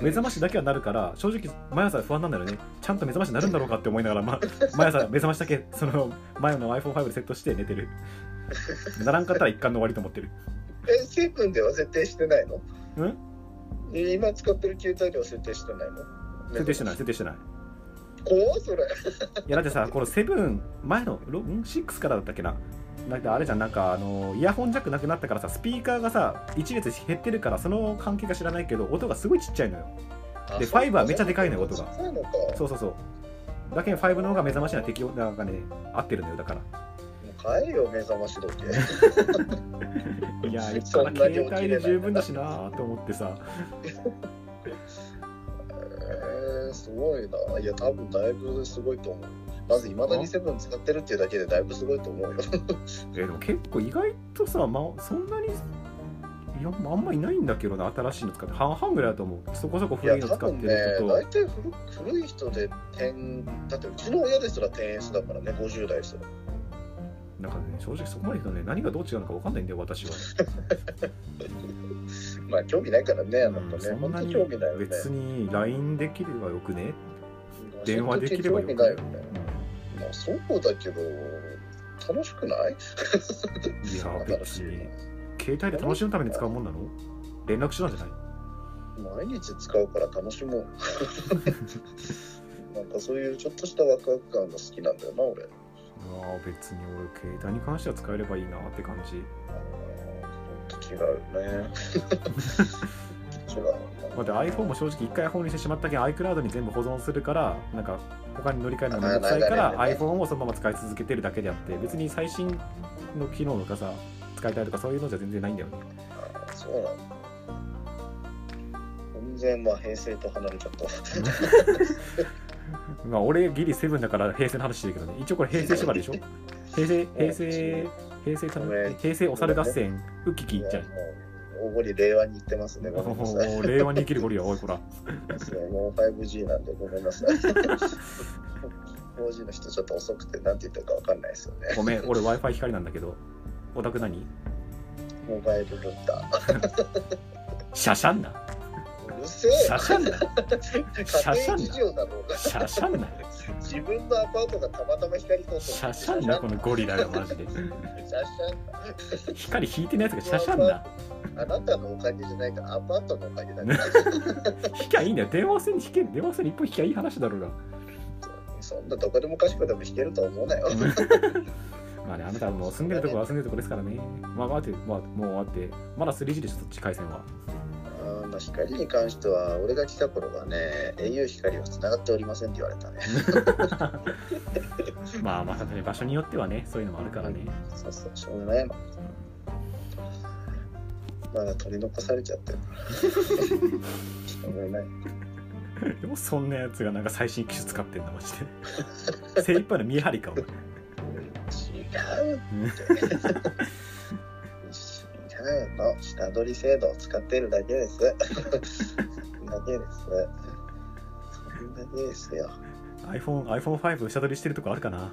Speaker 1: 目覚ましだけはなるから正直毎朝不安なんだよねちゃんと目覚ましになるんだろうかって思いながら、 ま、毎朝目覚ましだけその前の iPhone5 でセットして寝てるならんかったら一貫の終わりと思ってる
Speaker 2: え、セブンでは設定してないの
Speaker 1: うん
Speaker 2: え今使ってる携帯では設定してないの
Speaker 1: 設定してない
Speaker 2: 目
Speaker 1: 設
Speaker 2: 覚
Speaker 1: 定してない
Speaker 2: まし怖っそれ。
Speaker 1: いやだってさこのセブン前のロん6からだったっけなだってあれじゃんなんかあのイヤホンジャックなくなったからさスピーカーがさ1列減ってるからその関係か知らないけど音がすごいちっちゃいのよでファイブはめっちゃでかいのよ音が
Speaker 2: そうなのか。
Speaker 1: そうそうそうだけど5の方が目覚ましには適応なんかね合ってるのよだから
Speaker 2: もう買えよ、目覚まし時計。
Speaker 1: いや一
Speaker 2: そ
Speaker 1: から
Speaker 2: んなに
Speaker 1: 携
Speaker 2: 起き
Speaker 1: 帯
Speaker 2: れない
Speaker 1: で十分だしなーと思ってさ
Speaker 2: えー、すごいな。いや、多分だいぶすごいと思う。まず、いまだにセブン使ってるっていうだけでだいぶすごいと思うよ。
Speaker 1: えでも結構意外とさ、まあ、そんなにいやまああんまいないんだけどな新しいの使って半々ぐらいだと思うそこそこ
Speaker 2: い
Speaker 1: 古
Speaker 2: や、
Speaker 1: いの
Speaker 2: 多
Speaker 1: 使っ
Speaker 2: 分
Speaker 1: て
Speaker 2: ね、
Speaker 1: る人と
Speaker 2: 大体古古い人で10、だってうちの親ですら 10S だからね、50代ですら。
Speaker 1: なんかね正直そこまで言うとね何がどう違うのか分かんないんだよ私は
Speaker 2: まあ、興味ないからね、あの子ね。
Speaker 1: そん
Speaker 2: 本
Speaker 1: な
Speaker 2: 当
Speaker 1: に
Speaker 2: 興味ないよね。
Speaker 1: 別に LINE できればよくね、電話
Speaker 2: 本当に
Speaker 1: できればよ
Speaker 2: 興
Speaker 1: くね
Speaker 2: 味ないよね。まあ、そうだけど、楽しくな
Speaker 1: い
Speaker 2: い
Speaker 1: や
Speaker 2: 新し
Speaker 1: 別
Speaker 2: い
Speaker 1: に携帯で楽しむために使うもんなの連絡手段じゃない
Speaker 2: 毎日使うから楽しも う。なんかそういうちょっとしたワクワク感が好きなんだよな、俺。
Speaker 1: ああ別に俺携帯に関しては使えればいいなって感じ
Speaker 2: 違 うね。違うな。
Speaker 1: まあで iPhone も正直一回保にしてしまったけん iCloud に全部保存するからなんか他に乗り換えるのがめんどくさいか
Speaker 2: あー
Speaker 1: ら
Speaker 2: なんかね
Speaker 1: iPhone をそのまま使い続けてるだけであって別に最新の機能とかさ使いたいとかそういうのじゃ全然ないんだよね
Speaker 2: あそうなんだ。全然まあ平成と離れちゃった。
Speaker 1: まあ俺ギリセブンだから平成の話してるけどね一応これ平成縛りでしょ平成平成平成
Speaker 2: ごめん
Speaker 1: 平成お猿合戦ウッキキいっちゃう
Speaker 2: もう大ごり令和に行ってますね。ごめんなさい。
Speaker 1: おー令和に生きるゴリラおいこら
Speaker 2: もう 5G なんでごめんなさい。 4G の人ちょっと遅くて何て言ってるか分かんないですよね。
Speaker 1: ごめん、俺 Wi-Fi 光なんだけど。オタク何
Speaker 2: モバイルルータ
Speaker 1: シャシャンな。
Speaker 2: ー。うるせえ
Speaker 1: シャシャンな。
Speaker 2: 家庭事情だろうが。
Speaker 1: シャシャンな。
Speaker 2: 自分のアパートがたまたま光通って
Speaker 1: シャシャンな、このゴリラがマジで。
Speaker 2: シャシャ
Speaker 1: 光引いてないやつがシャシャンな。
Speaker 2: ンあなたのおかげじゃないからアパートのおかげだから、
Speaker 1: 引きゃいいんだよ。電話線に引ける。電話線に一本引きゃいい話だろうが。
Speaker 2: そんなどこでもかしこでも弾けると思うなよ。
Speaker 1: まあね、あなたはもう住んでるとこは住んでるとこですからね。まあ待って、まあ、もう待って、まだ 3G でしょ、そっち回線は。
Speaker 2: あーまあ、光に関しては俺が来た頃はね au 光は繋がっておりませんって言われたね
Speaker 1: まあまあ、ね、場所によってはね、そういうのもあるからね。
Speaker 2: そうそうしょうがないのまだ取り残されちゃってる しょうがない
Speaker 1: でもそんなやつがなんか最新機種使ってんだ、マジで。精一杯の見え張りか、お前。
Speaker 2: 違うって違うの下取り制度を使ってるだけですそんだけですそんだけですよ
Speaker 1: iPhone、iPhone5 下取りしてるとこあるかな。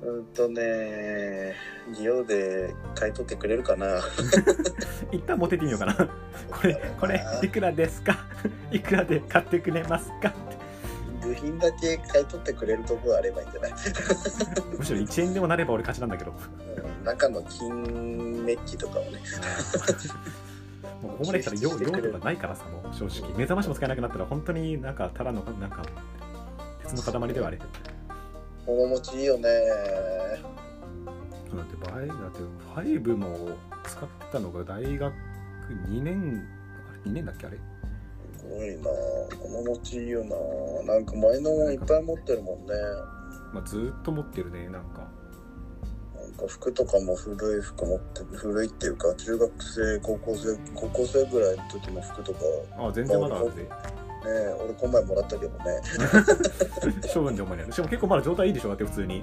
Speaker 2: うんとね利用で買い取ってくれるかな
Speaker 1: 一旦持ってってみようかな。これ、これ、いくらですかいくらで買ってくれますか
Speaker 2: 部品だけ買い取ってくれるとこがあればいいんじゃない、
Speaker 1: むしろ1円でもなれば俺勝ちなんだけど。
Speaker 2: うん中の金メッキとかをね
Speaker 1: もうここまで来たら用用とかないからさ、もう正直。目覚ましも使えなくなったら、本当になんかただの、なんか、鉄の塊ではあれ。だ
Speaker 2: 物持ちいいよね
Speaker 1: って、バイだって、5も使ってたのが大学2年、あれ ?2 年だっけあれ
Speaker 2: すごいな物持ちいいよななんか前のもいっぱい持ってるもんね
Speaker 1: まあ、ずーっと持ってるね、なんか。
Speaker 2: なんか服とかも古い服持って古いっていうか中学生高校生高校生ぐらいの時の服とかね
Speaker 1: あ、全然まだあるぜ。
Speaker 2: 俺この前もらったけどね、
Speaker 1: 処分でお前ね。しかも結構まだ状態いいでしょ、だって普通に。
Speaker 2: うん、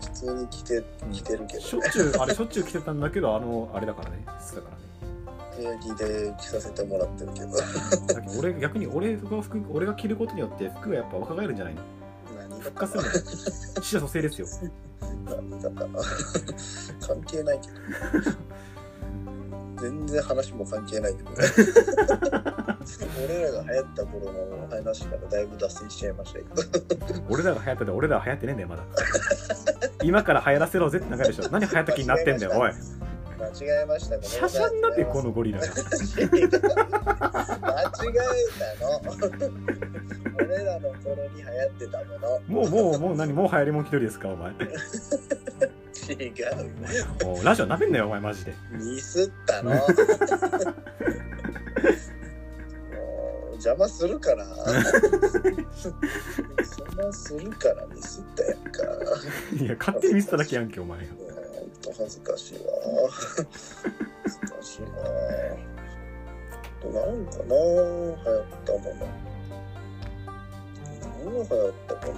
Speaker 2: 普通に着て
Speaker 1: うん
Speaker 2: 着てるけ
Speaker 1: しょ
Speaker 2: ど
Speaker 1: っちゅう、あれしょっちゅう着てたんだけど、あの、あれだからね、質だからね。
Speaker 2: 部屋着で着させてもらってるけど
Speaker 1: だけど俺、逆に俺が服、俺が着ることによって服がやっぱ若返るんじゃないの
Speaker 2: 何
Speaker 1: 復活するの死者蘇生ですよ。
Speaker 2: なんだかな 関係ないけど全然話も関係ないけ どね俺らが流行った頃の話からだいぶ脱線しちゃいましたけ ど
Speaker 1: 俺らが流行ったで俺らは流行ってねえんだ よまだ今から流行らせろぜって流れでしょ何流行った気になってんだよおい
Speaker 2: 間違えました
Speaker 1: シャシャンだってこのゴリラが
Speaker 2: 間違えたの俺らの頃に流行ってたもの
Speaker 1: もうもうもう何もう流行りもん気取りですかお前
Speaker 2: 違う
Speaker 1: もうラジオなめんなよお前マジで
Speaker 2: ミスったのもう邪魔するから邪魔するからミスったやんか
Speaker 1: いや勝手にミスっただけやんけお前が
Speaker 2: もうほんと恥ずかしいわ恥ずかしいわなんかな流行ったもの何が流行ったかな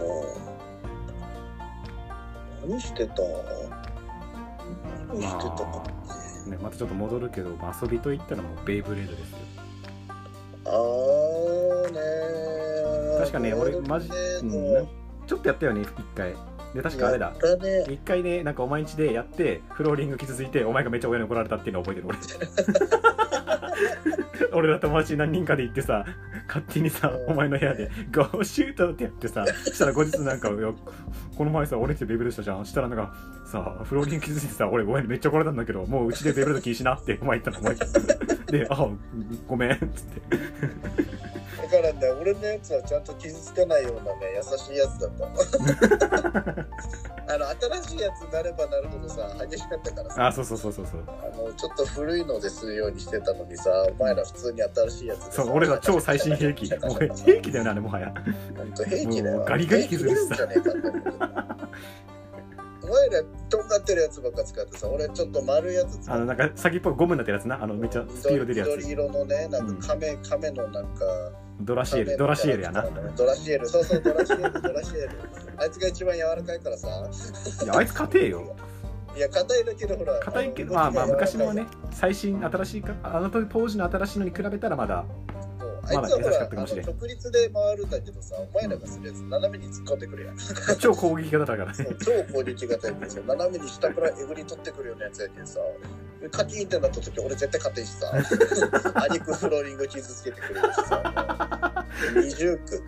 Speaker 2: 何してた何してたかな
Speaker 1: ねまたちょっと戻るけどまあ遊びといったらもうベイブレードですよ
Speaker 2: あーねー
Speaker 1: 確かね俺マジ、うんなんかちょっとやったよね一回で確かあれだ
Speaker 2: やったね
Speaker 1: 一回ねなんかお前んちでやってフローリング傷ついてお前がめっちゃ親に怒られたっていうのを覚えてる俺俺ら友達何人かで行ってさ勝手にさお前の部屋で「ゴーシュート!」ってやってさそしたら後日なんかいやこの前さ俺んちでベイブレードしたじゃんそしたらなんかさフローリング傷ついてさ俺ごめんめっちゃ怒られたんだけどもううちでベイブレード禁止なってお前言ったのお前で「あごめん」っつって
Speaker 2: だからね俺のやつはちゃんと傷つかないようなね優しいやつだ ったのあの新しいやつになればなるほどさ激しかったからさ
Speaker 1: あそうそうそうそうそう
Speaker 2: あのちょっと古いのでするようにしてたのにさお前ら普通に新しいやつでさ
Speaker 1: そう俺ら超最新兵器
Speaker 2: ほ
Speaker 1: も
Speaker 2: ん
Speaker 1: う兵器だよねあれもはや
Speaker 2: と兵器だ
Speaker 1: も
Speaker 2: よ
Speaker 1: うガリガリ傷
Speaker 2: る
Speaker 1: で
Speaker 2: ん
Speaker 1: す
Speaker 2: じゃねえかって思うお前らとんがってるやつばっか使ってさ俺ちょっと丸いやつ使って
Speaker 1: あのなんか先っぽいゴムになってるやつなあのめっちゃスピード出るや
Speaker 2: 緑
Speaker 1: つ
Speaker 2: 色のね、なんか亀、亀のなんか。
Speaker 1: ドラシエ
Speaker 2: 亀
Speaker 1: ル
Speaker 2: の
Speaker 1: ドラシエルやな
Speaker 2: あのドラシエル、そうそう、ドラシエル、ドラシエル。 あいつが一番柔らかいからさ。
Speaker 1: いやあいつ硬えよ。
Speaker 2: いや、硬いだけど、ほら。
Speaker 1: 硬いけど
Speaker 2: あ
Speaker 1: まあまあ昔のね。最新新しいかあの当時の新しいのに比べたらまだ
Speaker 2: 動きが柔らか
Speaker 1: まだ優しか
Speaker 2: いそうあいつはほ
Speaker 1: っ
Speaker 2: ら
Speaker 1: たかもしれん
Speaker 2: あの直立で回るんだけどさお前らがするやつ斜めに突っ込んでくるやん、そ
Speaker 1: 超攻撃型だからね
Speaker 2: う超攻撃型やけどさ斜めに下からえぐり取ってくるようなやつやけどさカキーンってなった時俺絶対勝てんしさ アニクフローリング傷つけてくるしさ二重苦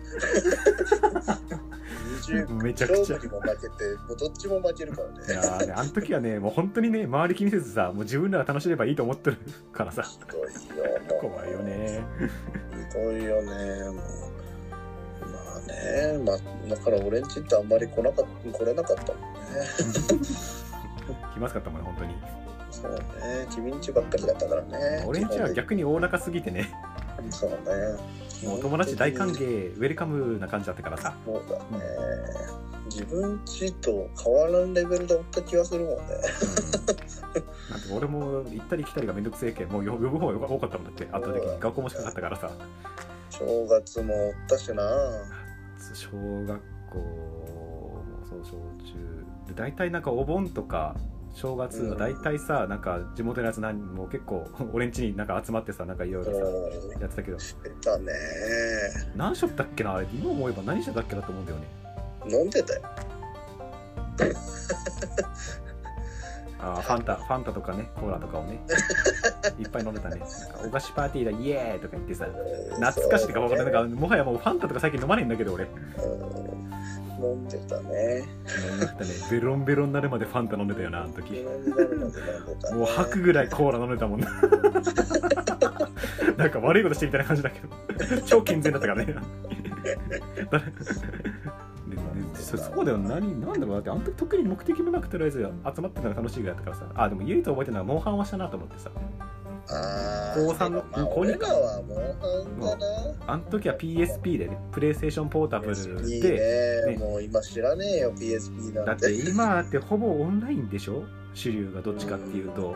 Speaker 2: 二重苦
Speaker 1: めちゃくちゃ
Speaker 2: 勝負にも負けてもうどっちも負けるから
Speaker 1: い
Speaker 2: ね
Speaker 1: やーねあの時はねもう本当にね周り気にせずさもう自分らが楽しめばいいと思ってるからさ
Speaker 2: ひどいよもう
Speaker 1: 怖いよね
Speaker 2: すごいよね、もう。まあね、まあ、だから俺んちってあんまり来なかった、来れなかったもんね。
Speaker 1: 気まずかったもんね本当に
Speaker 2: そうね、君んちばっかりだったからね。
Speaker 1: 俺んちは逆に大中すぎてね
Speaker 2: そうね。
Speaker 1: もう友達大歓。迎ウェルカムな感じだったからさ
Speaker 2: そうだね。自分ちと変わらんレベルでおった気がするもんね。
Speaker 1: なんか俺も行ったり来たりがめんどくせえけんもう呼ぶ方が多かったもんだってあった時に学校も近かったからさ
Speaker 2: 正月もおったしな。
Speaker 1: 小学校もそう小中で大体なんかお盆とか正月は大体さ、なんか地元のやつ何人も結構 俺ん家になんか集まってさなんかいろいろさ
Speaker 2: う
Speaker 1: やってたけど
Speaker 2: ん。だね。
Speaker 1: 何しよったっけなあれ今思えば何してたっけだと思うんだよね
Speaker 2: 飲んでたよ。
Speaker 1: あーファンタファンタとかねコーラとか をねいっぱい飲んでたねなんかお菓子パーティーだイエーイとか言ってさ懐かしいとか分かんない
Speaker 2: か
Speaker 1: なんかもはやもうファンタとか最近飲まねえんだけど俺
Speaker 2: 飲んでたね。
Speaker 1: だったねベロンベロンになるまでファンタ飲んでたよなあの時
Speaker 2: 飲んでるまで飲んでたね
Speaker 1: もう吐くぐらいコーラ飲めたもんな なんか悪いことしてみたいな感じだけど超健全だったからねだででそそうだよ何なんだろうだってあの時特に目的もなくとりあえず集まってたのが楽しいぐらいだったからさあでも唯一覚えてるのはモンハンはしたなと思ってさ
Speaker 2: あ
Speaker 1: 高三の
Speaker 2: まあ、
Speaker 1: 高二
Speaker 2: 俺
Speaker 1: から
Speaker 2: はモンハンだな。
Speaker 1: あの時は PSP でねプレイステーションポータブル
Speaker 2: いい
Speaker 1: で
Speaker 2: ね
Speaker 1: ね
Speaker 2: もう今知らねえよ、PSP
Speaker 1: だ
Speaker 2: なん。
Speaker 1: ってて今ってほぼオンラインでしょ主流がどっちかっていうと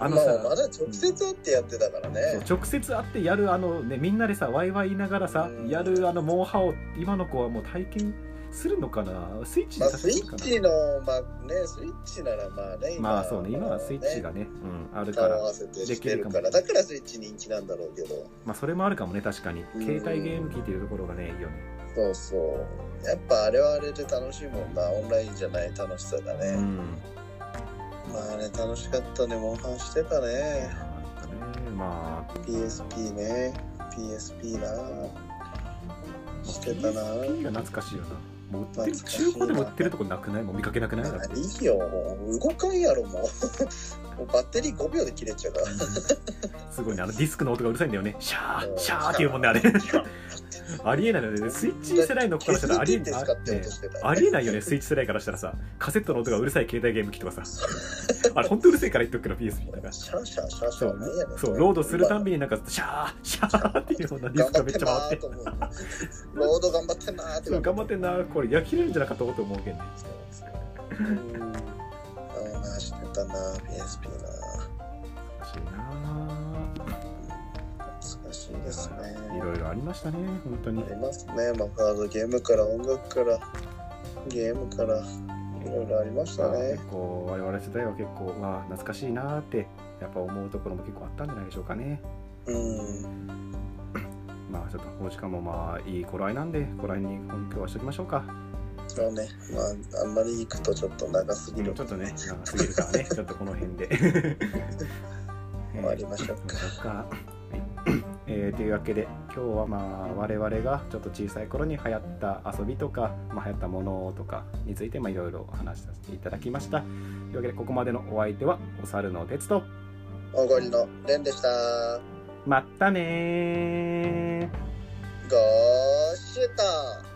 Speaker 1: あの
Speaker 2: ま
Speaker 1: さ
Speaker 2: あまだ直接会ってやってたからね。
Speaker 1: そう直接会ってやるあのねみんなでさワイワイ言いながらさ
Speaker 2: うん
Speaker 1: やるあのモンハンを今の子はもう体験するのかなスイッチ
Speaker 2: ま
Speaker 1: で
Speaker 2: あ、
Speaker 1: させ
Speaker 2: スイ
Speaker 1: るか
Speaker 2: ッチの、まあね、スイッチならまあね、
Speaker 1: なまあそうね今はスイッチがね、うん、ある
Speaker 2: 顔
Speaker 1: か
Speaker 2: 合
Speaker 1: ら
Speaker 2: わせてしてる
Speaker 1: できる
Speaker 2: か、
Speaker 1: からも
Speaker 2: だからスイッチ人気なんだろうけど、
Speaker 1: まあそれもあるかもね確かに
Speaker 2: うん
Speaker 1: 携帯ゲーム機っていうところがねいいよね
Speaker 2: そうそう。やっぱあれはあれで楽しいもんな、オンラインじゃない楽しさだ
Speaker 1: う
Speaker 2: ね。
Speaker 1: ん
Speaker 2: まああれ楽しかったね、モンハンしてたね。
Speaker 1: なんかねまあ
Speaker 2: PSP ね、PSP な。してたな。
Speaker 1: PSP が懐かしいよなもう売ってる
Speaker 2: 懐かしいな
Speaker 1: 中古でも売ってるとこなくないもう見かけなくないだって
Speaker 2: いいよ、もう動 かんやろ、もう。もうバッテリー5秒で切れちゃうから。
Speaker 1: すごいねあのディスクの音がうるさいんだよねシャ
Speaker 2: う
Speaker 1: ー
Speaker 2: ん
Speaker 1: シャーっていうもん ねあれありえないのよねスイッチ世代の子からしたらありえ
Speaker 2: 削ってん
Speaker 1: な
Speaker 2: で
Speaker 1: い
Speaker 2: すかっ
Speaker 1: ね
Speaker 2: て音してたよね
Speaker 1: ありえないよね、スイッチ世代からしたらさ、カセットの音がうるさい携帯ゲーム機とかさ、あれ、ほんとうるせえから言っとくけど、PSP だから。
Speaker 2: シャンシャンシャンシ
Speaker 1: そ
Speaker 2: ャンなんやね、
Speaker 1: うんそうロードするたんびになんか、シャー、シャーっていうようなディスクがめっちゃ回って、
Speaker 2: 頑張んなーと思うロード頑張ってんなーって
Speaker 1: そう頑張ってんな、これ、焼きれるんじゃなかったこと思うけんね。
Speaker 2: そうそううんあーしてたな PSP な
Speaker 1: おかしいな
Speaker 2: 懐かしいですね
Speaker 1: ぁいろいろありましたね、本当に
Speaker 2: あ。りますねまあカードゲームから音楽からゲームからいろいろありました
Speaker 1: まあ
Speaker 2: ね
Speaker 1: 結構、我々世代は結構、わあ懐かしいなーって、やっぱ思うところも結構あったんじゃないでしょうかね。
Speaker 2: うん
Speaker 1: まあ、ちょっと、お時間もまあ、いい頃合いなんで、頃合いに本今日はしときましょうか。
Speaker 2: そうねまああんまり行くとちょっと長すぎ
Speaker 1: う
Speaker 2: る
Speaker 1: んちょっとね、長すぎるからね、ちょっとこの辺 で。終
Speaker 2: 終わりましょうか
Speaker 1: か。はいえーというわけで今日はまあ我々がちょっと小さい頃に流行った遊びとか、まあ、流行ったものとかについてまあいろいろお話しさせていただきましたというわけでここまでのお相手はお猿の哲と
Speaker 2: おごりのレンでした
Speaker 1: まったねー
Speaker 2: ごーシュート